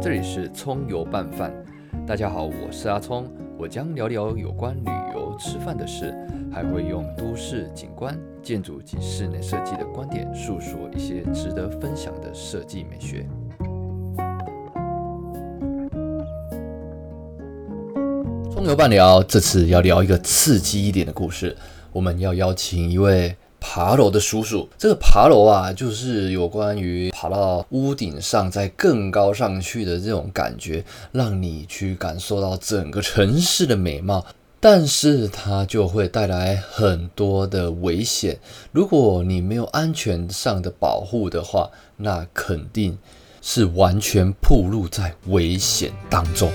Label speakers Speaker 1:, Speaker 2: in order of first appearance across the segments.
Speaker 1: 这里是葱油拌饭。大家好，我是阿葱，我将聊聊有关旅游、吃饭的事，还会用都市景观、建筑及室内设计的观点，诉说一些值得分享的设计美学。葱油拌聊，这次要聊一个刺激一点的故事，我们要邀请一位。爬楼的啊叔叔，这个爬楼啊，就是有关于爬啊到屋顶上，在更高上去的这种感觉，让你去感受到整个城市的美貌。啊但是它就会带来很多的危险，如果你没有安全上的保护的话，那肯定是完全暴露在危险当中。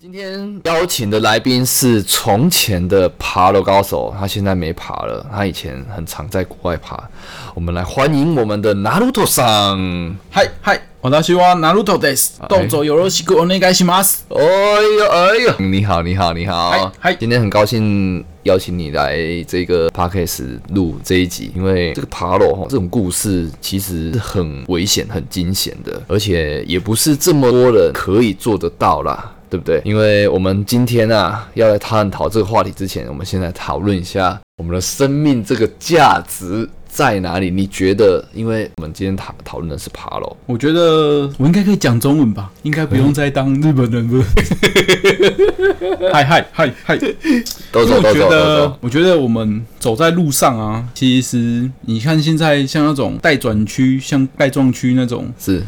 Speaker 1: 今天邀请的来宾是从前的爬楼高手，他现在没爬了，他以前很常在国外爬。我们来欢迎我们的拿鲁托桑。
Speaker 2: はいはい私はナルトですどうぞよろしくお願いします
Speaker 1: 哎呦哎呦，你好你好你好，
Speaker 2: 嗨嗨
Speaker 1: 今天很高兴邀请你来这个 podcast 录这一集，因为这个爬楼吼这种故事其实是很危险、很惊险的，而且也不是这么多人可以做得到啦。对不对？因为我们今天啊要来探讨这个话题之前，我们先来讨论一下我们的生命这个价值在哪里？你觉得？因为我们今天讨讨论的是爬楼，
Speaker 2: 我觉得我应该可以讲中文吧应该不用再当日 本人了嗨嗨嗨嗨
Speaker 1: 都
Speaker 2: 因
Speaker 1: 走都
Speaker 2: 为我觉
Speaker 1: 走都
Speaker 2: 得
Speaker 1: 走，，
Speaker 2: 我觉得我们走在路上啊，其实你看现在像那种待转区、像带状区那种
Speaker 1: 是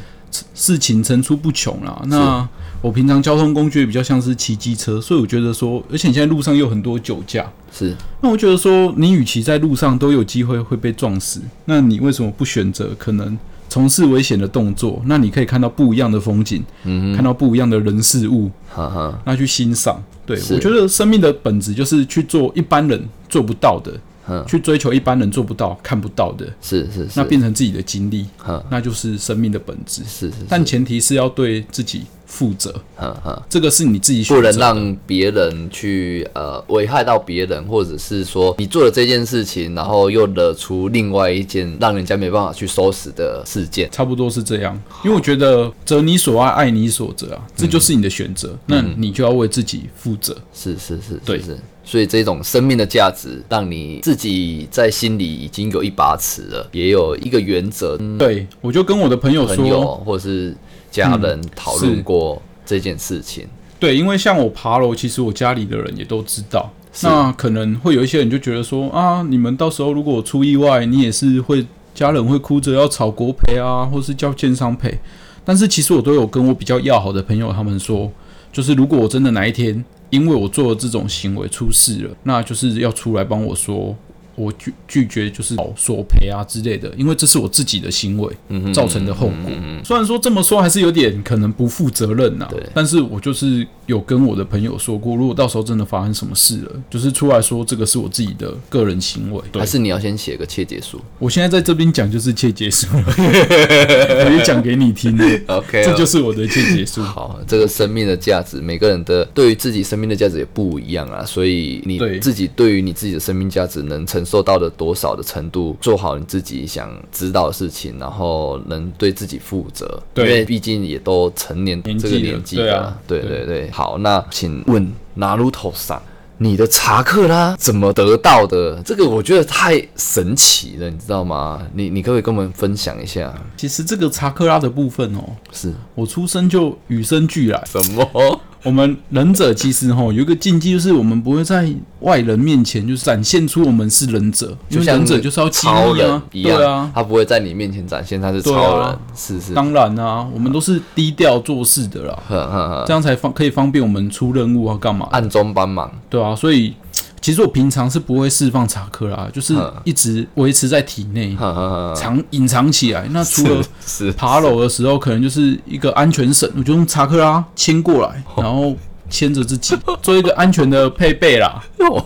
Speaker 2: 事情层出不穷啦。那我平常交通工具比较像是骑机车，所以我觉得说，而且你现在路上又有很多酒驾，
Speaker 1: 是
Speaker 2: 那我觉得说，你与其在路上都有机会会被撞死，那你为什么不选择可能从事危险的动作？那你可以看到不一样的风景，嗯、看到不一样的人事物，
Speaker 1: 哈哈。
Speaker 2: 那去欣赏。对
Speaker 1: 是
Speaker 2: 我觉得生命的本质就是去做一般人做不到的，
Speaker 1: 嗯
Speaker 2: 去追求一般人做不到、看不到的，
Speaker 1: 是是是，
Speaker 2: 那变成自己的经历，
Speaker 1: 嗯
Speaker 2: 那就是生命的本质。
Speaker 1: 是是是，
Speaker 2: 但前提是要对自己负责，
Speaker 1: 嗯嗯，
Speaker 2: 这个是你自己选
Speaker 1: 不
Speaker 2: 择的
Speaker 1: 能让别人去呃危害到别人，或者是说你做了这件事情，然后又惹出另外一件让人家没办法去收拾的事件。
Speaker 2: 差不多是这样，因为我觉得择你所爱，爱你所择啊，这就是你的选择，
Speaker 1: 嗯
Speaker 2: 那你就要为自己负责。
Speaker 1: 是是是，是
Speaker 2: 对
Speaker 1: 是。所以这种生命的价值，让你自己在心里已经有一把尺了，也有一个原则，嗯
Speaker 2: 对我就跟我的朋友
Speaker 1: 朋友
Speaker 2: 说，嗯
Speaker 1: 或是家人讨论
Speaker 2: 是
Speaker 1: 过这件事情。
Speaker 2: 对，因为像我爬楼，其实我家里的人也都知道。那可能会有一些人就觉得说啊，你们到时候如果出意外，你也是会家人会哭着要吵国赔啊，或是叫建商赔。但是其实我都有跟我比较要好的朋友他们说，就是如果我真的哪一天因为我做了这种行为出事了，那就是要出来帮我说，我拒拒绝就是找索赔啊之类的，因为这是我自己的行为
Speaker 1: 嗯
Speaker 2: 造成的后果。虽然说这么说还是有点可能不负责任呐、
Speaker 1: 对
Speaker 2: 但是我就是有跟我的朋友说过，如果到时候真的发生什么事了，就是出来说这个是我自己的个人行为。
Speaker 1: 还是你要先写个切结书
Speaker 2: 我现在在这边讲就是切结束， 我也讲给你 听了，
Speaker 1: ？OK，
Speaker 2: 这就是我的切 结束。
Speaker 1: 好，这个生命的价值，每个人的对于自己生命的价值也不一样啊，所以你
Speaker 2: 对
Speaker 1: 自己对于你自己的生命价值能承受到的多少的程度，做好你自己想知道的事情，然后能对自己负责，
Speaker 2: 对
Speaker 1: 因为毕竟也都成年
Speaker 2: 年纪
Speaker 1: 这个
Speaker 2: 了
Speaker 1: 年纪
Speaker 2: 对
Speaker 1: 了，
Speaker 2: 啊
Speaker 1: 对
Speaker 2: 对
Speaker 1: 对对。好，那请问拿鲁头上。你的查克拉怎么得到的？这个我觉得太神奇了，你知道吗？你你可不可以跟我们分享一下？
Speaker 2: 其实这个查克拉的部分哦，
Speaker 1: 是
Speaker 2: 我出生就与生俱来。
Speaker 1: 什么？
Speaker 2: 我们忍者其实吼有一个禁忌，就是我们不会在外人面前就是展现出我们是忍者，因
Speaker 1: 就
Speaker 2: 为
Speaker 1: 像
Speaker 2: 忍者就是要激
Speaker 1: 超
Speaker 2: 励
Speaker 1: 人
Speaker 2: 啊，
Speaker 1: 一样，
Speaker 2: 对啊。
Speaker 1: 他不会在你面前展现他是
Speaker 2: 对啊
Speaker 1: 超人，是是，
Speaker 2: 当然啊，我们都是低调做事的啦，
Speaker 1: 哼哼哼
Speaker 2: 这样才方可以方便我们出任务啊，干嘛？
Speaker 1: 暗中帮忙，
Speaker 2: 对啊，所以其实我平常是不会释放查克拉，就是
Speaker 1: 嗯
Speaker 2: 一直维持在体内，
Speaker 1: 哼哼哼，
Speaker 2: 藏隐藏起来。那除了
Speaker 1: 是
Speaker 2: 爬楼的时候，可能就是一个安全绳，我就用查克啊
Speaker 1: 哦
Speaker 2: 拉牵过来，然后牵着自己，做一个安全的配备啦。
Speaker 1: 哦，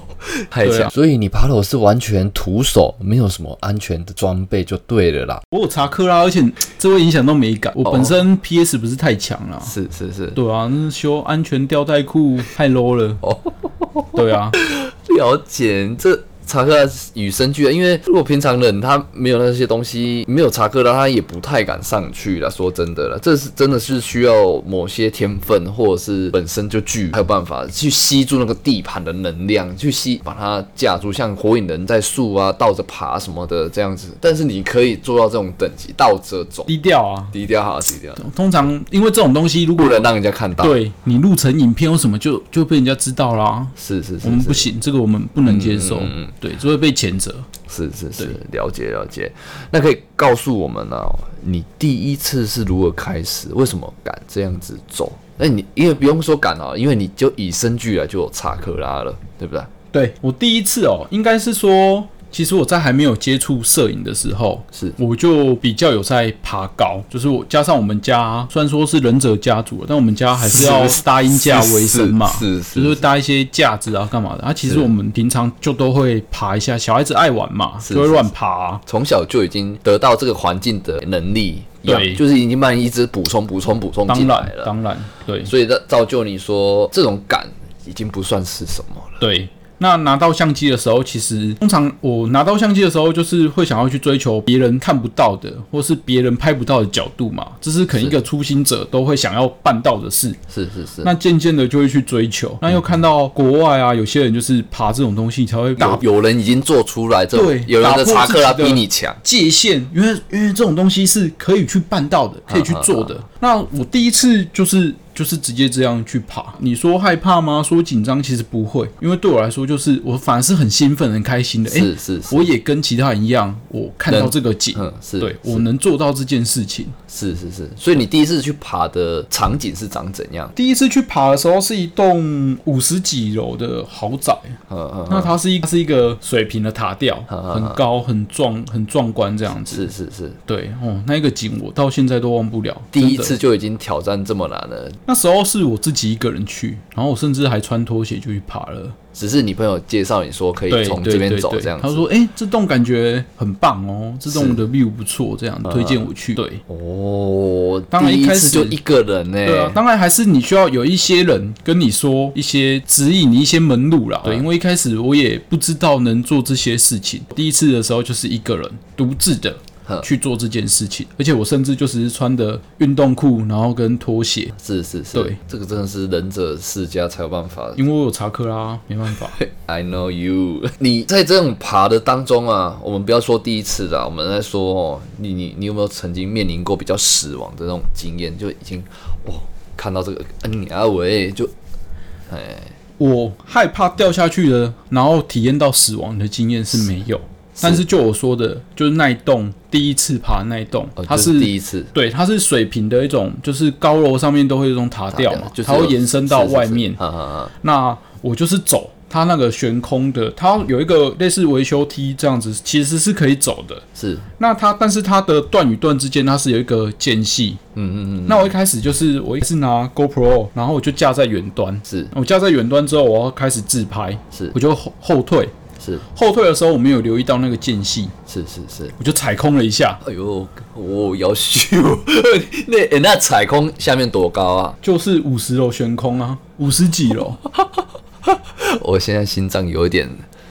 Speaker 1: 太
Speaker 2: 对
Speaker 1: 强。
Speaker 2: 啊
Speaker 1: 所以你爬楼是完全徒手，没有什么安全的装备就对了啦。
Speaker 2: 我有查克啊拉，而且这会影响到美感。
Speaker 1: 哦
Speaker 2: 我本身 PS 不是太强啦，
Speaker 1: 是是是，
Speaker 2: 对啊，那修安全吊带裤太 low 了。
Speaker 1: 哦
Speaker 2: 对啊，
Speaker 1: 了解这。查克拉与生俱来，因为如果平常人他没有那些东西，没有查克拉，他也不太敢上去了。说真的了，这是真的是需要某些天分，或者是本身就具才有办法去吸住那个地盘的能量，去吸把它架住，像火影人在树啊倒着爬什么的这样子。但是你可以做到这种等级，倒着走，
Speaker 2: 低调啊。
Speaker 1: 低调哈，低调，
Speaker 2: 通常因为这种东西，如
Speaker 1: 不
Speaker 2: 果
Speaker 1: 能让人家看到。，
Speaker 2: 对你录成影片或什么，就就被人家知道啦。
Speaker 1: 是是是
Speaker 2: 我们
Speaker 1: 是嗯
Speaker 2: 不行，这个我们不能接受，对，就会被谴责。
Speaker 1: 是是是，了解了解。那可以告诉我们啊，你第一次是如何开始？为什么敢这样子走？那你因为不用说敢啊，因为你就与生俱来就有查克拉了，对不对？
Speaker 2: 对我第一次哦，应该是说，其实我在还没有接触摄影的时候，
Speaker 1: 是
Speaker 2: 我就比较有在爬高，就是我加上我们家虽然说是忍者家族，啊但我们家还是要
Speaker 1: 是
Speaker 2: 搭音架为生嘛，
Speaker 1: 是是
Speaker 2: 就是
Speaker 1: 是
Speaker 2: 搭一些架子啊干嘛的。啊，其实我们平常就都会爬一下，小孩子爱玩嘛，
Speaker 1: 是
Speaker 2: 就会
Speaker 1: 是
Speaker 2: 乱
Speaker 1: 是
Speaker 2: 爬啊、
Speaker 1: 从小就已经得到这个环境的能力，
Speaker 2: 对
Speaker 1: 呀就是已经慢慢一直补充、补充、补充
Speaker 2: 当
Speaker 1: 进来
Speaker 2: 然，
Speaker 1: 了，
Speaker 2: 当然，对
Speaker 1: 所以造造就你说这种感已经不算是什么了，
Speaker 2: 对。那拿到相机的时候，其实通常我拿到相机的时候，就是会想要去追求别人看不到的，或是别人拍不到的角度嘛，这是可能一个初心者都会想要办到的事。
Speaker 1: 是是是。
Speaker 2: 那渐渐的就会去追求，那又看到国外啊，有些人就是爬这种东西才会打
Speaker 1: 有有人已经做出来这种，
Speaker 2: 对
Speaker 1: 有人
Speaker 2: 打
Speaker 1: 的
Speaker 2: 破
Speaker 1: 查克拉
Speaker 2: 自己的
Speaker 1: 比你强，
Speaker 2: 界限，因为因为这种东西是可以去办到
Speaker 1: 啊
Speaker 2: 的，可以去做的。那我第一次就是就是直接这样去爬，你说害怕吗？说紧张，其实不会，因为对我来说就是我反而是很兴奋、很开心的。诶，
Speaker 1: 是是是，
Speaker 2: 我也跟其他人一样，我看到这个景，
Speaker 1: 嗯是，
Speaker 2: 对我能做到这件事情。
Speaker 1: 是是是，所以你第一次去爬的场景是长怎样？
Speaker 2: 第一次去爬的时候是一栋五十几楼的豪宅，
Speaker 1: 嗯嗯，
Speaker 2: 那它是一它是一个水平的塔吊，很高、很壮、很壮观这样子。
Speaker 1: 啊是是是，
Speaker 2: 对哦，那一个景我到现在都忘不了。
Speaker 1: 第一
Speaker 2: 真的
Speaker 1: 次就已经挑战这么难了，
Speaker 2: 那时候是我自己一个人去，然后我甚至还穿拖鞋就去爬了。
Speaker 1: 只是你朋友介绍你说可以
Speaker 2: 对
Speaker 1: 从
Speaker 2: 对
Speaker 1: 这
Speaker 2: 对
Speaker 1: 边走
Speaker 2: 对
Speaker 1: 这样子。
Speaker 2: 他说：“哎、这栋感觉很棒哦，这栋的 view 不错，这样
Speaker 1: 嗯
Speaker 2: 推荐我去。对。
Speaker 1: 哦，
Speaker 2: 当然
Speaker 1: 第
Speaker 2: 一开
Speaker 1: 次
Speaker 2: 始
Speaker 1: 就一个人欸呢、
Speaker 2: 对啊，当然还是你需要有一些人跟你说一些指引你一些门路啦。对，因为一开始我也不知道能做这些事情，第一次的时候就是一个人独自的
Speaker 1: 呵
Speaker 2: 去做这件事情，而且我甚至就只是穿的运动裤，然后跟拖鞋，
Speaker 1: 是是是，
Speaker 2: 对，
Speaker 1: 这个真的是忍者世家才有办法。
Speaker 2: 因为我有查克拉，没办法。
Speaker 1: I know you，你 在这种爬的当中啊，我们不要说第一次啦，我们在说哦，你你你有没有曾经面临过比较死亡的那种经验？就已经哇，看到这个，嗯，阿伟就
Speaker 2: 我害怕掉下去的，然后体验到死亡的经验是没有。但是就我说的，就是那一栋第一次爬那一栋，
Speaker 1: 哦，
Speaker 2: 它
Speaker 1: 这
Speaker 2: 是
Speaker 1: 第一次，
Speaker 2: 对，它是水平的一种，就是高楼上面都会有一种塔吊嘛，
Speaker 1: 就是
Speaker 2: 它会
Speaker 1: 有
Speaker 2: 延伸到
Speaker 1: 是是是
Speaker 2: 外面。
Speaker 1: 啊啊啊，
Speaker 2: 那我就是走它那个悬空的，它有一个类似维修梯这样子，其实是可以走的。
Speaker 1: 是，
Speaker 2: 那它，但是它的段与段之间，它是有一个间隙。嗯嗯嗯。那我一开始就是我一直拿 GoPro，然后我就架在远端。
Speaker 1: 是
Speaker 2: 我架在远端之后，我要开始自拍，
Speaker 1: 是
Speaker 2: 我就后后退。
Speaker 1: 是
Speaker 2: 后退的时候，我没有留意到那个间隙，
Speaker 1: 是是是，
Speaker 2: 我就踩空了一下，
Speaker 1: 哎呦，我要秀， 那、欸那踩空下面多高啊？
Speaker 2: 就是五十楼悬空啊，五十几楼。
Speaker 1: 我现在心脏有一点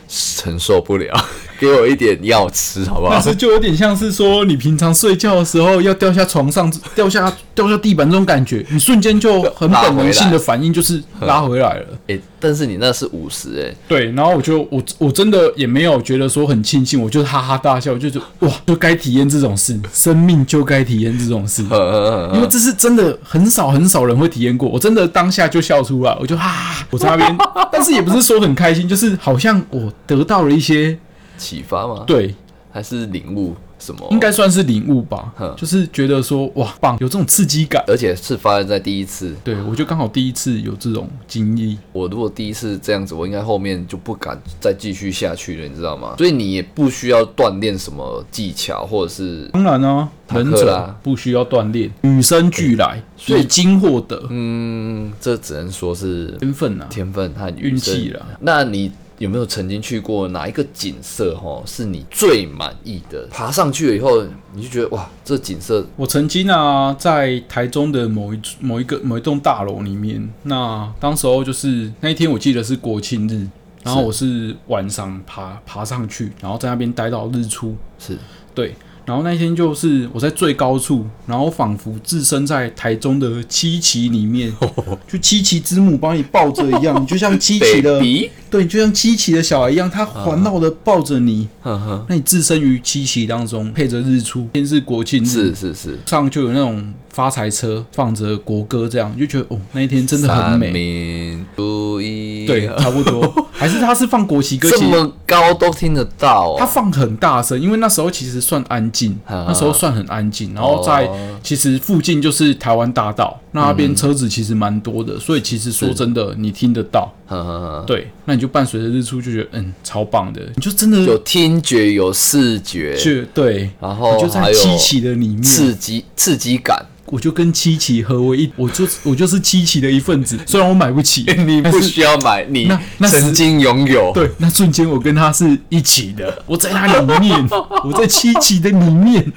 Speaker 1: 承受不了， 给我一点药吃好不好
Speaker 2: 但？是就有点像是说，你平常睡觉的时候要掉下床上、掉下掉下地板这种感觉，你瞬间就很本能性的反应就是拉回来了。
Speaker 1: 哎、但是你那是五十哎。
Speaker 2: 对，然后我就我我真的也没有觉得说很庆幸，我就哈哈大笑，我就觉得哇，就该体验这种事，生命就该体验这种事。因为这是真的很少很少人会体验过，我真的当下就笑出来，我就哈，我在那边，但是也不是说很开心，就是好像我得到了一些，
Speaker 1: 启发吗？，
Speaker 2: 对，
Speaker 1: 还是领悟什么？
Speaker 2: 应，该算是领悟吧
Speaker 1: 哼，
Speaker 2: 就是觉得说哇棒，有这种刺激感，
Speaker 1: 而且是发生在第一次。
Speaker 2: 对我就刚好第一次有这种经历，
Speaker 1: 我如果第一次这样子，我应该后面就不敢再继续下去了，你知道吗？所以你也不需要锻炼什么技巧，或者是
Speaker 2: 当然啊，
Speaker 1: 塔克
Speaker 2: 忍
Speaker 1: 拉
Speaker 2: 者不需要锻炼，与生俱来，
Speaker 1: 所以
Speaker 2: 以经获得
Speaker 1: 嗯，这只能说是
Speaker 2: 天分啊，
Speaker 1: 天分和
Speaker 2: 运气
Speaker 1: 了。
Speaker 2: 啦
Speaker 1: 那你。有没有曾经去过哪一个景色哈、哦，是你最满意的？爬上去了以后，你就觉得哇，这景色
Speaker 2: 我曾经啊，在台中的某一某一个某一栋大楼里面，那当时候就是那一天，我记得是国庆日，然后我是晚上爬爬上去，然后在那边待到日出，
Speaker 1: 是
Speaker 2: 对，然后那一天就是我在最高处，然后仿佛置身在台中的七旗里面，就七旗之母把你抱着一样，你就像七旗 的，
Speaker 1: baby，
Speaker 2: 对，你就像七旗的小孩一样，它环绕的抱着你，
Speaker 1: 呵呵，
Speaker 2: 那你置身于七旗当中，配着日出，今天是国庆日，
Speaker 1: 是是是，
Speaker 2: 上就有那种发财车放着国歌，这样就觉得哦，那一天真的很
Speaker 1: 三
Speaker 2: 美。
Speaker 1: 民主义，
Speaker 2: 对，差 不多，还是他是放国旗歌，
Speaker 1: 这
Speaker 2: 其实
Speaker 1: 么高都听得到
Speaker 2: 他
Speaker 1: 哦。
Speaker 2: 放很大声，因为那时候其实算 安静，
Speaker 1: 啊
Speaker 2: 那时候算很安静。然后在
Speaker 1: 哦
Speaker 2: 其实附近就是台湾大道，那那边车子其实蛮多的，所以其实说真的，你听得到。
Speaker 1: 呵呵呵
Speaker 2: 对，那你就伴随着日出，就觉得嗯，超棒的，你就真的
Speaker 1: 有听觉，有视觉，
Speaker 2: 去对，
Speaker 1: 然后
Speaker 2: 你就
Speaker 1: 还
Speaker 2: 在
Speaker 1: 有
Speaker 2: 七旗的里面，
Speaker 1: 刺激刺激感。
Speaker 2: 我就跟七旗合为一，我就我就是七旗的一份子，虽然我买不起，
Speaker 1: 你
Speaker 2: 但
Speaker 1: 不
Speaker 2: 是
Speaker 1: 需要买，你
Speaker 2: 那那是
Speaker 1: 曾经拥有。
Speaker 2: 对，那瞬间我跟他是一起的，我在他里面，我在七旗的里面，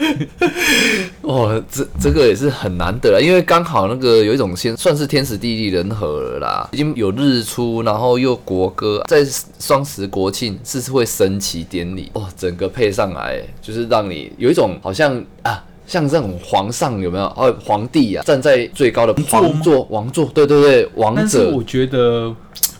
Speaker 1: 哦，这这个也是很难得啦，啊因为刚好那个有一种先算是天时地利人和了啦，已经有日出，然后又国歌，在双十国庆是会升旗典礼，哦，整个配上来就是让你有一种好像啊。像这种皇上有没有？哦，皇帝啊，站在最高的
Speaker 2: 座吗
Speaker 1: 皇座，王座，对对对，王
Speaker 2: 但是
Speaker 1: 者
Speaker 2: 我觉得，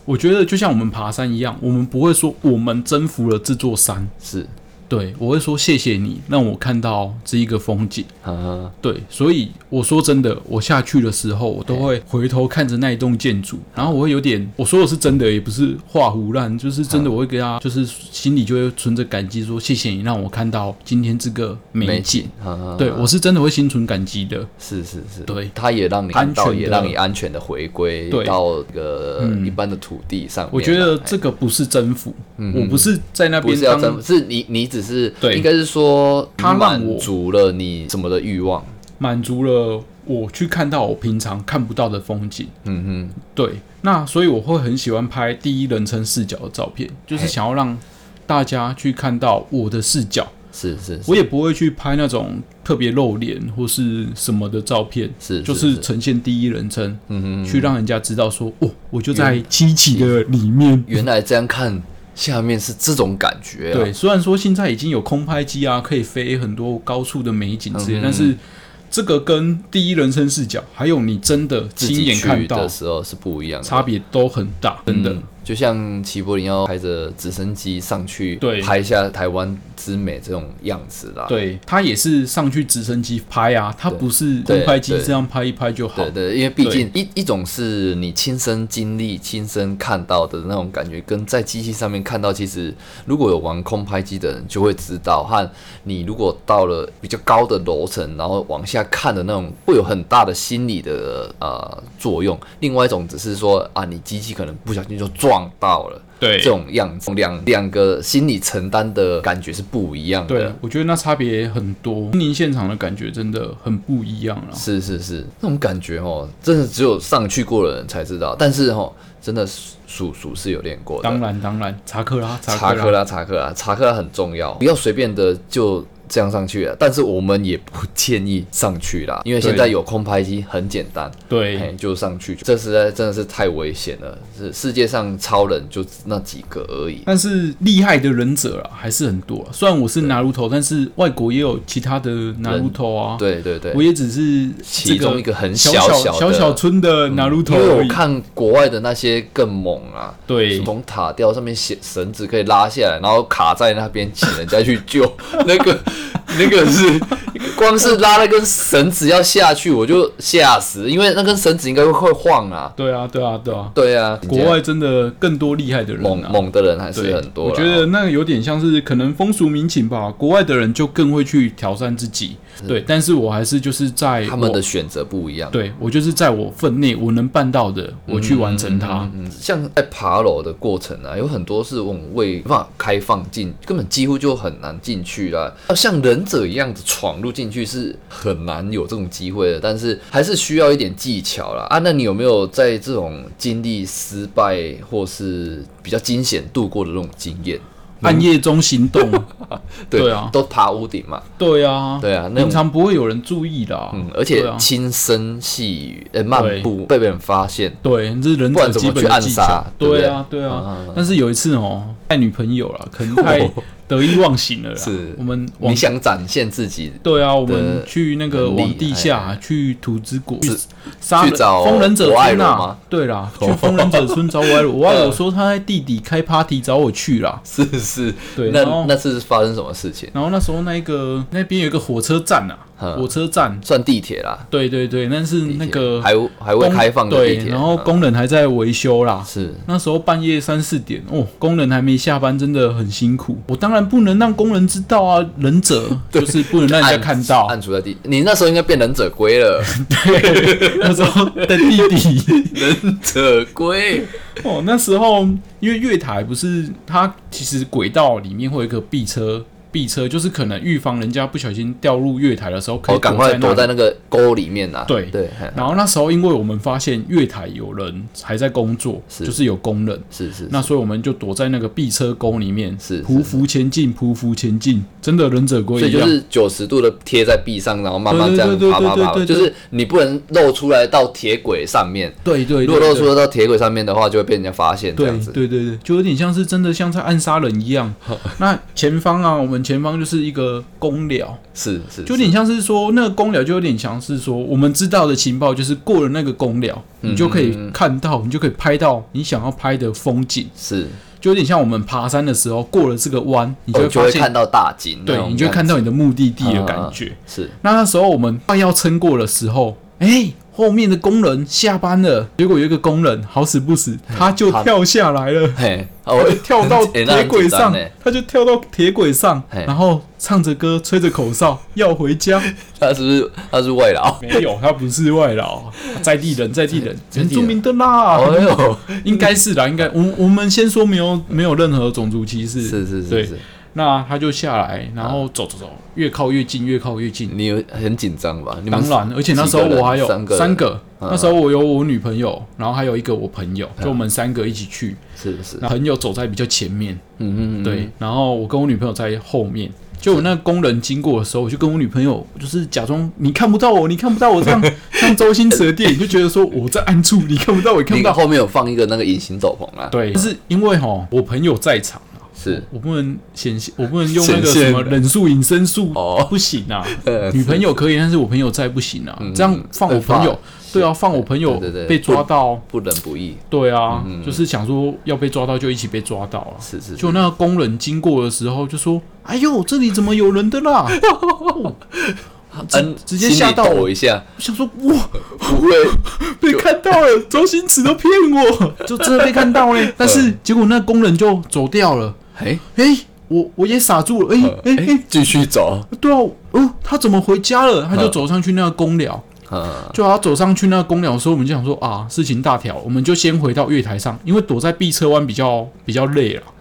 Speaker 2: 我觉得就像我们爬山一样，我们不会说我们征服了这座山，
Speaker 1: 是，
Speaker 2: 对我会说谢谢你让我看到这一个风景，
Speaker 1: 啊，
Speaker 2: 对，所以我说真的，我下去的时候，我都会回头看着那一栋建筑，然后我会有点，我说的是真的，也不是画胡乱，就是真的，我会给他，就是心里就会存着感激，说谢谢你让我看到今天这个美
Speaker 1: 美
Speaker 2: 景
Speaker 1: 景。，啊，
Speaker 2: 对我是真的会心存感激的，
Speaker 1: 是是是，
Speaker 2: 对
Speaker 1: 它也让你看
Speaker 2: 安
Speaker 1: 到，
Speaker 2: 全的
Speaker 1: 也让你安全的回归
Speaker 2: 对嗯
Speaker 1: 到这个一般的土地上面啊。嗯
Speaker 2: 我觉得这个不是征服，我不是在那
Speaker 1: 不
Speaker 2: 边
Speaker 1: 是要
Speaker 2: 当，
Speaker 1: 征服，是你你只是
Speaker 2: 对
Speaker 1: 应该是说
Speaker 2: 它让我
Speaker 1: 满足了你什么的欲望。
Speaker 2: 满足了我去看到我平常看不到的风景。
Speaker 1: 嗯哼，
Speaker 2: 对，那所以我会很喜欢拍第一人称视角的照片，就是
Speaker 1: 嘿
Speaker 2: 想要让大家去看到我的视角。
Speaker 1: 是是是
Speaker 2: 我也不会去拍那种特别露脸或是什么的照片，
Speaker 1: 是
Speaker 2: 就是是
Speaker 1: 是
Speaker 2: 呈现第一人称，
Speaker 1: 嗯哼，
Speaker 2: 去让人家知道说，哦，我就在七七的里面。
Speaker 1: 原来这样看下面是这种感觉、啊。
Speaker 2: 对，，虽然说现在已经有空拍机啊，可以飞很多高处的美景之类，
Speaker 1: 嗯
Speaker 2: 但是这个跟第一人称视角，还有你真的
Speaker 1: 自
Speaker 2: 亲
Speaker 1: 己
Speaker 2: 眼看
Speaker 1: 去
Speaker 2: 到
Speaker 1: 的，时候是不一样的。
Speaker 2: 差别都很大，真的。
Speaker 1: 嗯就像齐柏林要开着直升机上去
Speaker 2: 对
Speaker 1: 拍一下台湾之美这种样子啦。
Speaker 2: 对他也是上去直升机拍啊，他不是
Speaker 1: 对
Speaker 2: 空拍机
Speaker 1: 对
Speaker 2: 这样拍一拍就好
Speaker 1: 对。对，因为毕竟一一种是你亲身经历、亲身看到的那种感觉，跟在机器上面看到，其实如果有玩空拍机的人就会知道，和你如果到了比较高的楼层，然后往下看的那种，会有很大的心理的呃作用。另外一种只是说啊，你机器可能不小心就撞到了。
Speaker 2: 对
Speaker 1: 这种样子，两两个心理承担的感觉是不一样
Speaker 2: 对
Speaker 1: 的。，
Speaker 2: 我觉得那差别很多，宁现场的感觉真的很不一样啊了。
Speaker 1: 是是是，那种感觉哦，真的只有上去过的人才知道。但是哦，真的数数是有练过的。
Speaker 2: 当然，当然，查克拉，
Speaker 1: 查
Speaker 2: 克
Speaker 1: 克拉，查克拉，查克拉很重要，不要随便的就这样上去了。但是我们也不建议上去啦，因为现在
Speaker 2: 对
Speaker 1: 有空拍机，很简单，哎，
Speaker 2: 对，
Speaker 1: 就上去。这实在真的是太危险了，是世界上超人就那几个而已。
Speaker 2: 但是厉害的忍者啊，还是很多啊。虽然我是拿鲁头，但是外国也有其他的拿鲁头啊。，
Speaker 1: 对对对
Speaker 2: 我，也只是这
Speaker 1: 其中一个很
Speaker 2: 小
Speaker 1: 小
Speaker 2: 小
Speaker 1: 小的嗯
Speaker 2: 小村的拿鲁头
Speaker 1: 因为
Speaker 2: 而
Speaker 1: 我
Speaker 2: 已。
Speaker 1: 看国外的那些更猛啊。
Speaker 2: 对，
Speaker 1: 从塔吊上面绳绳子可以拉下来，然后卡在那边，请人家去救。 那个那个是光是拉那根绳子要下去，我就吓死，因为那根绳子应该会晃啊。
Speaker 2: 对啊，对啊，对啊。
Speaker 1: 对啊，
Speaker 2: 国外真的更多厉害的人
Speaker 1: 猛
Speaker 2: 啊。
Speaker 1: 猛的人还是
Speaker 2: 对
Speaker 1: 很多啦。
Speaker 2: 我觉得那个有点像是可能风俗民情吧，国外的人就更会去挑战自己。对，但是我还是就是在
Speaker 1: 他们
Speaker 2: 我
Speaker 1: 的选择不一样。
Speaker 2: 对我就是在我分内我能办到的，我去完成它。
Speaker 1: 嗯，像在爬楼的过程啊，有很多是我啊们未没办法开放进，根本几乎就很难进去啦。要像忍者一样的闯入进去是很难有这种机会的，但是还是需要一点技巧啦。啊，那你有没有在这种经历失败或是比较惊险度过的那种经验？
Speaker 2: 暗夜中行 动，对啊
Speaker 1: 都爬屋顶嘛，
Speaker 2: 对啊，
Speaker 1: 对啊，那
Speaker 2: 平
Speaker 1: 种
Speaker 2: 常不会有人注意的啊、
Speaker 1: 嗯，而且
Speaker 2: 对啊
Speaker 1: 轻声细语、呃，漫步被别人发现，
Speaker 2: 对，这是忍
Speaker 1: 不
Speaker 2: 者
Speaker 1: 然怎
Speaker 2: 基
Speaker 1: 么
Speaker 2: 本
Speaker 1: 去
Speaker 2: 的
Speaker 1: 暗
Speaker 2: 技巧
Speaker 1: 杀。对不对
Speaker 2: 对啊，对啊。但是有一次 哦，带女朋友了，可能太得意忘形了啦。
Speaker 1: 是
Speaker 2: 我们往
Speaker 1: 你想展现自己，
Speaker 2: 对啊，我们
Speaker 1: 的
Speaker 2: 去那个
Speaker 1: 能力
Speaker 2: 往地
Speaker 1: 哎
Speaker 2: 下去土之国去杀
Speaker 1: 去
Speaker 2: 人
Speaker 1: 找
Speaker 2: 疯人者
Speaker 1: 我爱
Speaker 2: 村
Speaker 1: 罗
Speaker 2: 啊
Speaker 1: 吗，
Speaker 2: 对啦，去疯人者村找我爱罗，我爱罗说他在地底开 party 找我去啦。
Speaker 1: 是是，
Speaker 2: 对
Speaker 1: 那
Speaker 2: 然后
Speaker 1: 那是发生什么事情？
Speaker 2: 然后那时候那个那边有一个火车站啊，
Speaker 1: 嗯
Speaker 2: 火车站，
Speaker 1: 算地铁啦，
Speaker 2: 对对对，但是
Speaker 1: 地铁
Speaker 2: 那个
Speaker 1: 还还未
Speaker 2: 工
Speaker 1: 开放的地铁，
Speaker 2: 对，然后
Speaker 1: 嗯
Speaker 2: 工人还在维修啦。
Speaker 1: 是
Speaker 2: 那时候半夜三四点哦，工人还没下班，真的很辛苦。我当然不能让工人知道啊，忍者 就是不能让人家看到。
Speaker 1: 暗处在地，你那时候应该变忍者龟 了，
Speaker 2: 那时候的弟 弟
Speaker 1: 忍者龟，
Speaker 2: 哦，那时候因为月台不是它其实轨道里面会有一个避车，避车就是可能预防人家不小心掉入月台的时候可以
Speaker 1: 哦，赶快躲
Speaker 2: 躲
Speaker 1: 在
Speaker 2: 在那里。
Speaker 1: 那个沟里面呐，
Speaker 2: 对
Speaker 1: 对，嘿
Speaker 2: 然后那时候因为我们发现月台有人还在工作，
Speaker 1: 是
Speaker 2: 就是有工人，
Speaker 1: 是是，
Speaker 2: 那所以我们就躲在那个避车沟里面，
Speaker 1: 是是
Speaker 2: 匍匐前进，匍匐前进，真的忍者龟
Speaker 1: 所以
Speaker 2: 一
Speaker 1: 就
Speaker 2: 样。
Speaker 1: 是九十度的贴在壁上，然后慢慢
Speaker 2: 对
Speaker 1: 这
Speaker 2: 对
Speaker 1: 样
Speaker 2: 对
Speaker 1: 爬
Speaker 2: 对
Speaker 1: 爬
Speaker 2: 对
Speaker 1: 爬，
Speaker 2: 对对
Speaker 1: 就是你不能露出来到铁轨上面。
Speaker 2: 对对，
Speaker 1: 如果
Speaker 2: 对
Speaker 1: 露
Speaker 2: 对
Speaker 1: 出来到铁轨上面的话，就会被人家发现这
Speaker 2: 对
Speaker 1: 样子。
Speaker 2: 对对对，就有点像是真的像在暗杀人一样。 那前方啊，我们前方就是一个公寮，
Speaker 1: 是是，
Speaker 2: 就有点像是说那个公寮，就有点像是说我们知道的情报，就是过了那个公寮，
Speaker 1: 嗯
Speaker 2: 你就可以看到，你就可以拍到你想要拍的风景，
Speaker 1: 是，
Speaker 2: 就有点像我们爬山的时候过了这个弯，你就
Speaker 1: 哦
Speaker 2: 会
Speaker 1: 就
Speaker 2: 发
Speaker 1: 会
Speaker 2: 现，
Speaker 1: 看到大景那种感
Speaker 2: 对，
Speaker 1: 觉，
Speaker 2: 你就会看到你的目的地的感觉。
Speaker 1: 啊是
Speaker 2: 那那时候我们快要撑过的时候，哎、后面的工人下班了，结果有一个工人好死不死，他就
Speaker 1: 他
Speaker 2: 跳下来了。
Speaker 1: 嘿，
Speaker 2: 他
Speaker 1: 嗯哦
Speaker 2: 就跳到
Speaker 1: 欸那很
Speaker 2: 铁轨
Speaker 1: 紧张
Speaker 2: 上
Speaker 1: 欸，
Speaker 2: 他就跳到铁轨上，
Speaker 1: 嘿
Speaker 2: 然后唱着歌，吹着口哨，要回家。
Speaker 1: 他是不是他是外劳？
Speaker 2: 没有，他不是外劳，在地人，在地人，
Speaker 1: 在
Speaker 2: 原
Speaker 1: 地人
Speaker 2: 住民的啦，
Speaker 1: 哎呦，
Speaker 2: 应该是啦，应该。我我们先说没有没有任何种族歧视，
Speaker 1: 是是是
Speaker 2: 对
Speaker 1: 是，。
Speaker 2: 那他就下来，然后走走走，越靠越近，越靠越近。
Speaker 1: 你有很紧张吧？你们
Speaker 2: 当然，而且那时候
Speaker 1: 几个人
Speaker 2: 我还有
Speaker 1: 三个人
Speaker 2: 三个，
Speaker 1: 嗯
Speaker 2: 那时候我有我女朋友，然后还有一个我朋友，就我们三个一起去，
Speaker 1: 是是，
Speaker 2: 那朋友走在比较前面，
Speaker 1: 嗯嗯嗯，
Speaker 2: 对，然后我跟我女朋友在后面。就我那个工人经过的时候，我就跟我女朋友就是假装你看不到我，你看不到我，这样 像周星驰的电影，就觉得说我在暗处，你看不到我，你看
Speaker 1: 你
Speaker 2: 不到。
Speaker 1: 后面有放一个那个隐形斗篷啊，，
Speaker 2: 对，但是因为哈，我朋友在场啊，
Speaker 1: 是
Speaker 2: 我不能显现，我不能用那个
Speaker 1: 显现
Speaker 2: 什么忍术、隐身术
Speaker 1: 哦，
Speaker 2: 不行啊。
Speaker 1: 呃
Speaker 2: 女朋友可以，但是我朋友在不行啊。
Speaker 1: 嗯
Speaker 2: 这样放我朋友
Speaker 1: 会，
Speaker 2: 对啊，放我朋友
Speaker 1: 对对嗯对
Speaker 2: 被抓到，
Speaker 1: 不仁不义，
Speaker 2: 对啊，就是想说要被抓到就一起被抓到啊。
Speaker 1: 是是，是
Speaker 2: 就那个工人经过的时候，就说：“哎呦，这里怎么有人的啦？” 直
Speaker 1: 嗯
Speaker 2: 直接吓到
Speaker 1: 心里抖
Speaker 2: 我，
Speaker 1: 一下，
Speaker 2: 我想说哇，
Speaker 1: 不会，
Speaker 2: 被看到了，周星驰都骗我， 就真的被看到嘞。
Speaker 1: 嗯
Speaker 2: 但是结果那工人就走掉了，
Speaker 1: 哎
Speaker 2: 哎，我我也傻住了，哎哎
Speaker 1: 哎
Speaker 2: 哎，，
Speaker 1: 继续走，
Speaker 2: 对啊，哦，他怎么回家了？他就
Speaker 1: 嗯
Speaker 2: 走上去那个公寮，
Speaker 1: 嗯，
Speaker 2: 就他走上去那个公寮的时候，我们就想说啊，事情大条，我们就先回到月台上，因为躲在 B 车弯比较比较累了，
Speaker 1: 嗯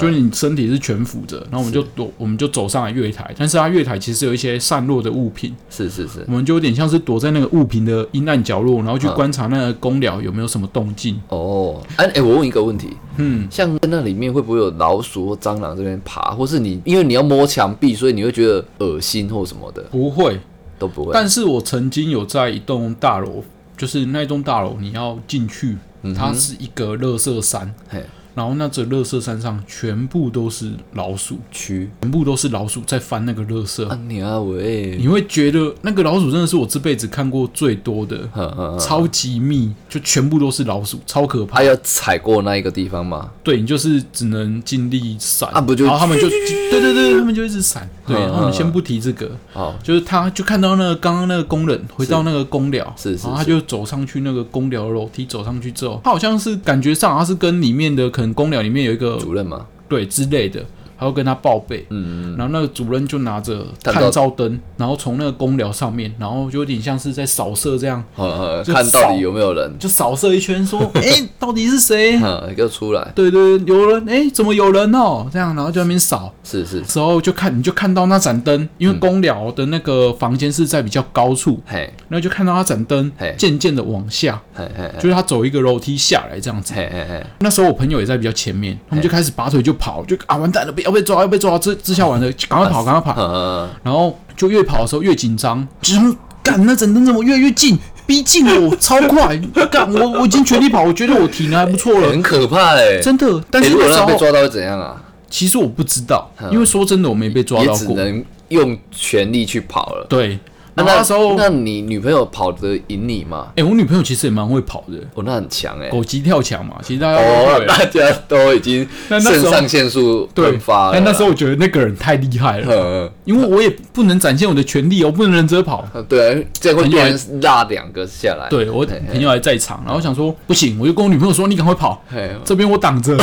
Speaker 2: 就是你身体是全浮着，然后我们就躲，我们就走上来月台，但是它月台其实有一些散落的物品，
Speaker 1: 是是是
Speaker 2: 我，们就有点像是躲在那个物品的阴暗角落，然后去观察那个公寮有没有什么动静。
Speaker 1: 哦，哎哎，我问一个问题，
Speaker 2: 嗯，
Speaker 1: 像在那里面会不会有老鼠或蟑螂这边爬，或是你因为你要摸墙壁，所以你会觉得恶心或什么的
Speaker 2: 不会，
Speaker 1: 都不会。
Speaker 2: 但是我曾经有在一栋大楼，就是那栋大楼你要进去，
Speaker 1: 嗯
Speaker 2: 它是一个垃圾山，
Speaker 1: 嘿，
Speaker 2: 然后那这垃圾山上全部都是老鼠。
Speaker 1: 蛆
Speaker 2: 全部都是老鼠在翻那个垃圾，
Speaker 1: 啊你啊喂，
Speaker 2: 你会觉得那个老鼠真的是我这辈子看过最多的，
Speaker 1: 哼哼哼
Speaker 2: 超级密，就全部都是老鼠，超可怕
Speaker 1: 还。有踩过那一个地方吗？
Speaker 2: 对你就是只能尽力闪，
Speaker 1: 啊不就
Speaker 2: 然后他 们就对对对，他们就一直闪。对，
Speaker 1: 嗯嗯
Speaker 2: 他们先不提这个，
Speaker 1: 哦，
Speaker 2: 就是他就看到那个刚刚那个工人回到那个公寮，
Speaker 1: 是是
Speaker 2: 然后他就走上去那个公寮的楼梯，走上去之后，他好像是感觉上他是跟里面的可能公寮里面有一个
Speaker 1: 主任吗？
Speaker 2: 对之类的，他会跟他报备，
Speaker 1: 嗯，
Speaker 2: 然后那个主任就拿着
Speaker 1: 探
Speaker 2: 探
Speaker 1: 照
Speaker 2: 照灯，然后从那个公寮上面，然后就有点像是在扫射这样，
Speaker 1: 好了，
Speaker 2: 就
Speaker 1: 哦呃看到
Speaker 2: 扫
Speaker 1: 底有没有人，
Speaker 2: 就扫射一圈，说， 哎、到底是谁？
Speaker 1: 嗯，要出来，
Speaker 2: 对对，对有人，哎、怎么有人哦？这样，然后就在那边扫，
Speaker 1: 是是，
Speaker 2: 之后就看，你就看到那盏灯，因
Speaker 1: 嗯
Speaker 2: 为公寮的那个房间是在比较高处，
Speaker 1: 嘿，
Speaker 2: 然后就看到那盏灯
Speaker 1: 嘿
Speaker 2: 渐渐的往下，
Speaker 1: 嘿嘿嘿，
Speaker 2: 就是他走一个楼梯下来这样子。
Speaker 1: 嘿嘿嘿，
Speaker 2: 那时候我朋友也在比较前面，他们就开始拔腿就跑，就啊完蛋了，被要被抓，要被抓，这这下完了，赶快跑，赶快跑。
Speaker 1: 嗯，
Speaker 2: 然后就越跑的时候越紧张，就是干那盏灯怎么越来越近，逼近我，超快，干我我已经全力跑，我觉得我体能还不错了，
Speaker 1: 很可怕哎，
Speaker 2: 呃真的。但
Speaker 1: 诶
Speaker 2: 是
Speaker 1: 如
Speaker 2: 那
Speaker 1: 果
Speaker 2: 时
Speaker 1: 让被
Speaker 2: 候
Speaker 1: 抓到会怎样啊？
Speaker 2: 其实我不知道，
Speaker 1: 嗯
Speaker 2: 因为说真的我没被抓
Speaker 1: 也
Speaker 2: 到
Speaker 1: 只
Speaker 2: 过。
Speaker 1: 能用全力去跑了。
Speaker 2: 对，
Speaker 1: 那
Speaker 2: 然后那时候，
Speaker 1: 那你女朋友跑得赢你吗？
Speaker 2: 哎，我女朋友其实也蛮会跑的，
Speaker 1: 哦，那很强哎、
Speaker 2: 狗急跳墙嘛，其实大家都
Speaker 1: 哦
Speaker 2: 会，。
Speaker 1: 大家都已经
Speaker 2: 那那时
Speaker 1: 肾
Speaker 2: 候
Speaker 1: 上腺素
Speaker 2: 对
Speaker 1: 喷，发了啦。
Speaker 2: 但那时候我觉得那个人太厉害了，
Speaker 1: 嗯，
Speaker 2: 因为我也不能展现我的全力，我不能忍着跑。
Speaker 1: 嗯，对，这样会
Speaker 2: 很
Speaker 1: 变
Speaker 2: 有
Speaker 1: 成落两个下来。
Speaker 2: 对我
Speaker 1: 嘿嘿
Speaker 2: 朋友还在场，然后想说不行，我就跟我女朋友说你赶快跑，
Speaker 1: 嘿
Speaker 2: 这边我挡着，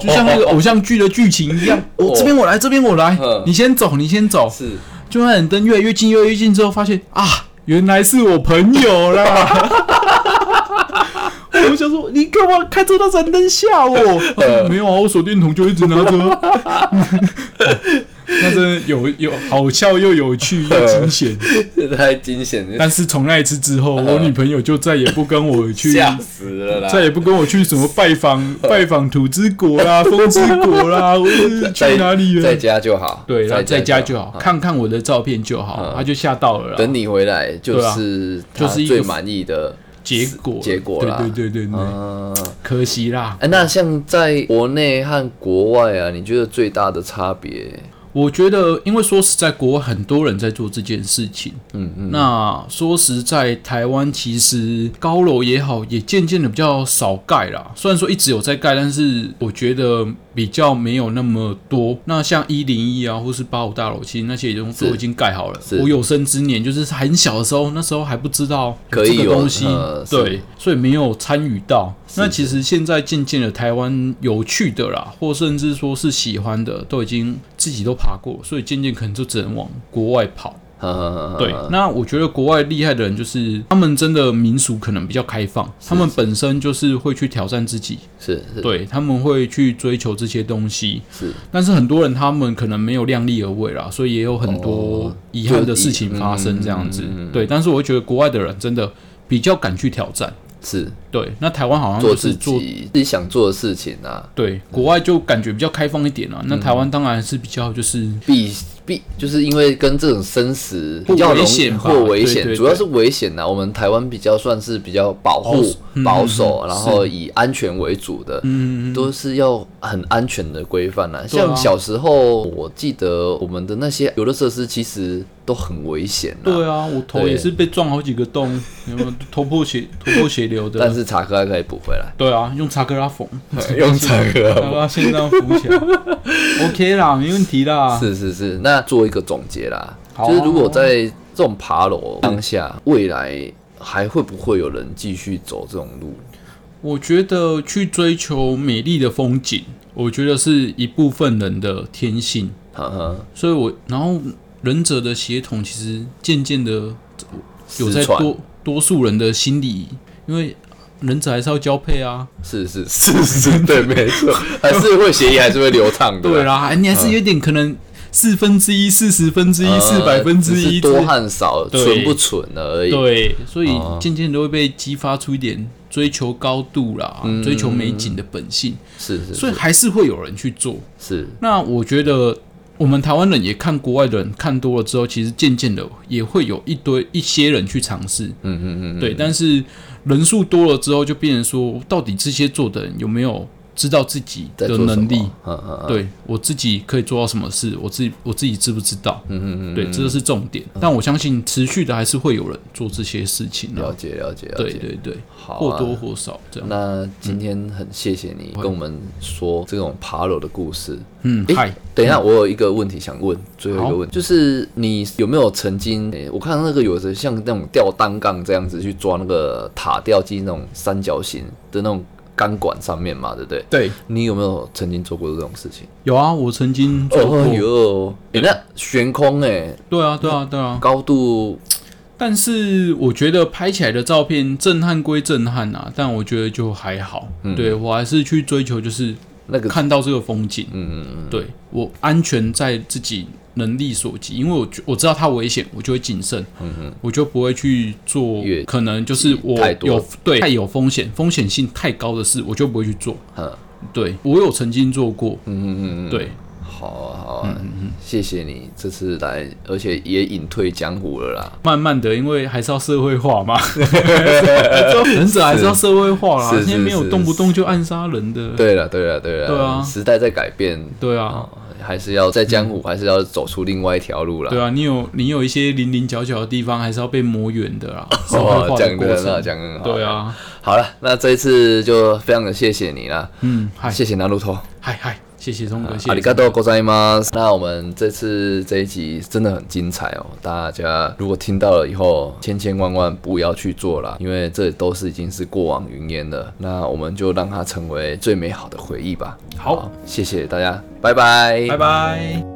Speaker 2: 就像那个偶像剧的剧情一样，
Speaker 1: 哦
Speaker 2: 我这边我来，这边我来
Speaker 1: 嗯，
Speaker 2: 你先走，你先 走。
Speaker 1: 是
Speaker 2: 就那盏灯越来越近，越来越近之后，发现啊，原来是我朋友 啦。我想说，你干嘛开着那盏灯 吓我？他
Speaker 1: 嗯
Speaker 2: 说没有啊，我手电筒就一直拿着啊。那真的有有好笑又有趣
Speaker 1: 嗯
Speaker 2: 又惊险，
Speaker 1: 这太惊险了，
Speaker 2: 但是从那一次之后，我女朋友就再也不跟我去，
Speaker 1: 嗯吓死了啦！
Speaker 2: 再也不跟我去什么拜访
Speaker 1: 呃
Speaker 2: 拜访土之国啦、风之国啦，或 是去哪里了？
Speaker 1: 在家就好，
Speaker 2: 对，然后在家就好，
Speaker 1: 好。
Speaker 2: 看看我的照片就好，他就吓到了啦。
Speaker 1: 啊嗯等你回来就
Speaker 2: 对啊
Speaker 1: 是
Speaker 2: 就
Speaker 1: 他
Speaker 2: 是一个
Speaker 1: 最满意的
Speaker 2: 结果
Speaker 1: 结果啦。
Speaker 2: 对对对对对，
Speaker 1: 嗯，
Speaker 2: 可惜啦。
Speaker 1: 哎，那像在国内和国外啊，你觉得最大的差别？
Speaker 2: 我觉得，因为说实在，国外很多人在做这件事情。
Speaker 1: 嗯嗯，
Speaker 2: 那说实在，台湾其实高楼也好，也渐渐的比较少盖啦。虽然说一直有在盖，但是我觉得比较没有那么多。那像一零一啊，或是八五大楼，其实那些已经
Speaker 1: 是
Speaker 2: 都已经盖好了
Speaker 1: 是。
Speaker 2: 我有生之年，就是很小的时候，那时候还不知道有
Speaker 1: 可以
Speaker 2: 这个
Speaker 1: 有
Speaker 2: 东西，
Speaker 1: 呃是
Speaker 2: 对，所以没有参与到。那其实现在渐渐的，台湾有趣的啦，或甚至说是喜欢的，都已经自己都爬过，所以渐渐可能就只能往国外跑。
Speaker 1: 嗯
Speaker 2: 对，那我觉得国外厉害的人就是他们真的民俗可能比较开放，他们本身就是会去挑战自己，
Speaker 1: 是是
Speaker 2: 对他们会去追求这些东西。
Speaker 1: 是，
Speaker 2: 但是很多人他们可能没有量力而为啦，所以也有很多
Speaker 1: 哦
Speaker 2: 遗憾的事情发生这样子。
Speaker 1: 嗯
Speaker 2: 对，但是我会觉得国外的人真的比较敢去挑战。
Speaker 1: 是
Speaker 2: 对，那台湾好像
Speaker 1: 做
Speaker 2: 就是
Speaker 1: 自
Speaker 2: 做
Speaker 1: 己自己想做的事情啊，
Speaker 2: 对国外就感觉比较开放一点啦。
Speaker 1: 嗯
Speaker 2: 那台湾当然是比较就是
Speaker 1: 避避就是因为跟这种生死
Speaker 2: 或
Speaker 1: 比较容
Speaker 2: 危险吧
Speaker 1: 或危
Speaker 2: 对
Speaker 1: 险，
Speaker 2: 对
Speaker 1: 主要是危险啊呐、我们台湾比较算是比较保
Speaker 2: 保
Speaker 1: 护
Speaker 2: 守、嗯
Speaker 1: 保
Speaker 2: 嗯
Speaker 1: 守，
Speaker 2: 嗯
Speaker 1: 然后以安全为主的，
Speaker 2: 嗯
Speaker 1: 都是要很安全的规范呐。
Speaker 2: 对啊
Speaker 1: 像小时候，我记得我们的那些游乐设施其实都很危险呐、
Speaker 2: 对啊，我头
Speaker 1: 对
Speaker 2: 也是被撞好几个洞，有没有头破血头破血流的？，
Speaker 1: 但是查克还可以补回来
Speaker 2: 对啊，用查克拉缝，
Speaker 1: 用查克啊
Speaker 2: 查克拉线这样 扶起来，OK 啦，没问题啦。
Speaker 1: 是是是，那做一个总结啦，
Speaker 2: 好啊
Speaker 1: 就是如果在这种爬楼当下，未来还会不会有人继续走这种路？
Speaker 2: 我觉得去追求美丽的风景，我觉得是一部分人的天性，
Speaker 1: 呵呵，
Speaker 2: 所以我然后忍者的血统其实渐渐的有在
Speaker 1: 失传
Speaker 2: 多多数人的心里，因为忍者还是要交配啊，
Speaker 1: 是是是是，对，没错，还是会协议还是会流畅的，
Speaker 2: 对啦，你还
Speaker 1: 嗯
Speaker 2: 是有点可能四分之一、四十分之一、
Speaker 1: 呃，
Speaker 2: 四百分之
Speaker 1: 只
Speaker 2: 一
Speaker 1: 是多和少，
Speaker 2: 对
Speaker 1: 纯不纯而已。
Speaker 2: 对，所以
Speaker 1: 哦
Speaker 2: 渐渐都会被激发出一点追求高度啦、追求美景的本性，
Speaker 1: 是嗯是
Speaker 2: 所以
Speaker 1: 是
Speaker 2: 还是会有人去做。
Speaker 1: 是，
Speaker 2: 那我觉得我们台湾人也看国外的人看多了之后，其实渐渐的也会有一堆一些人去尝试，
Speaker 1: 嗯嗯嗯，
Speaker 2: 对，但是人数多了之后，就变成说，到底这些做的人有没有知道自己
Speaker 1: 在
Speaker 2: 的
Speaker 1: 做什
Speaker 2: 能
Speaker 1: 么
Speaker 2: 力？，
Speaker 1: 嗯嗯嗯，
Speaker 2: 对我自己可以做到什么事，我自己我自己知不知道？
Speaker 1: 嗯嗯嗯，
Speaker 2: 对，这是重点。但我相信持续的还是会有人做这些事情
Speaker 1: 嗯
Speaker 2: 啊
Speaker 1: 了
Speaker 2: 的。
Speaker 1: 解了解了
Speaker 2: 对
Speaker 1: 解，
Speaker 2: 对对，
Speaker 1: 好啊
Speaker 2: 或多或少这样。
Speaker 1: 那今天很谢谢你跟我们说这种爬楼的故事。
Speaker 2: 嗯，
Speaker 1: 诶
Speaker 2: 嗨，
Speaker 1: 哎等一下，我有一个问题想问，最后一个问题就是你有没有曾经？诶我看到那个有的像那种吊单杠这样子去抓那个塔吊机那种三角形的那种钢管上面嘛，对不对？
Speaker 2: 对，
Speaker 1: 你有没有曾经做过这种事情？
Speaker 2: 有啊，我曾经做过
Speaker 1: 哦，，有，哎、那悬空哎、
Speaker 2: 对啊，对啊，对啊。
Speaker 1: 高度
Speaker 2: 但是我觉得拍起来的照片震撼归震撼啊，但我觉得就还好。
Speaker 1: 嗯
Speaker 2: 对我还是去追求就是
Speaker 1: 那个，
Speaker 2: 看到这个风景，
Speaker 1: 嗯，
Speaker 2: 对我安全在自己能力所及，因为我觉我知道它危险，我就会谨慎，我就不会去做
Speaker 1: 嗯越
Speaker 2: 可能就是我
Speaker 1: 太多
Speaker 2: 有对太有风险、风险性太高的事，我就不会去做。
Speaker 1: 嗯
Speaker 2: 对我有曾经做过，
Speaker 1: 嗯嗯嗯，
Speaker 2: 对，
Speaker 1: 好啊好啊，谢谢你这次来，而且也隐退江湖了啦。
Speaker 2: 慢慢的，因为还是要社会 化嘛，忍者还是要社会化啦，
Speaker 1: 是是
Speaker 2: 现在没有
Speaker 1: 是
Speaker 2: 动不动就暗杀人的，
Speaker 1: 对了对了对了，
Speaker 2: 对啊
Speaker 1: 时代在改变，
Speaker 2: 对
Speaker 1: 哦
Speaker 2: 啊，
Speaker 1: 还是要在江湖，还是要走出另外一条路啦。
Speaker 2: 对啊，你有你有一些零零角角的地方，还是要被磨圆的啦，社会
Speaker 1: 哦，
Speaker 2: 化
Speaker 1: 讲得
Speaker 2: 的过
Speaker 1: 很好，
Speaker 2: 程，
Speaker 1: 讲得很好。
Speaker 2: 对，啊，
Speaker 1: 好了，那这一次就非常的谢谢你啦，
Speaker 2: 嗯，嗨
Speaker 1: 谢谢南路头，
Speaker 2: 嗨嗨，谢谢钟哥，谢谢
Speaker 1: 啊阿里嘎多ございます。那我们这次这一集真的很精彩哦，大家如果听到了以后，千千万万不要去做啦，因为这都是已经是过往云烟了。那我们就让它成为最美好的回忆吧。
Speaker 2: 好，
Speaker 1: 谢谢大家，拜拜，
Speaker 2: 拜拜。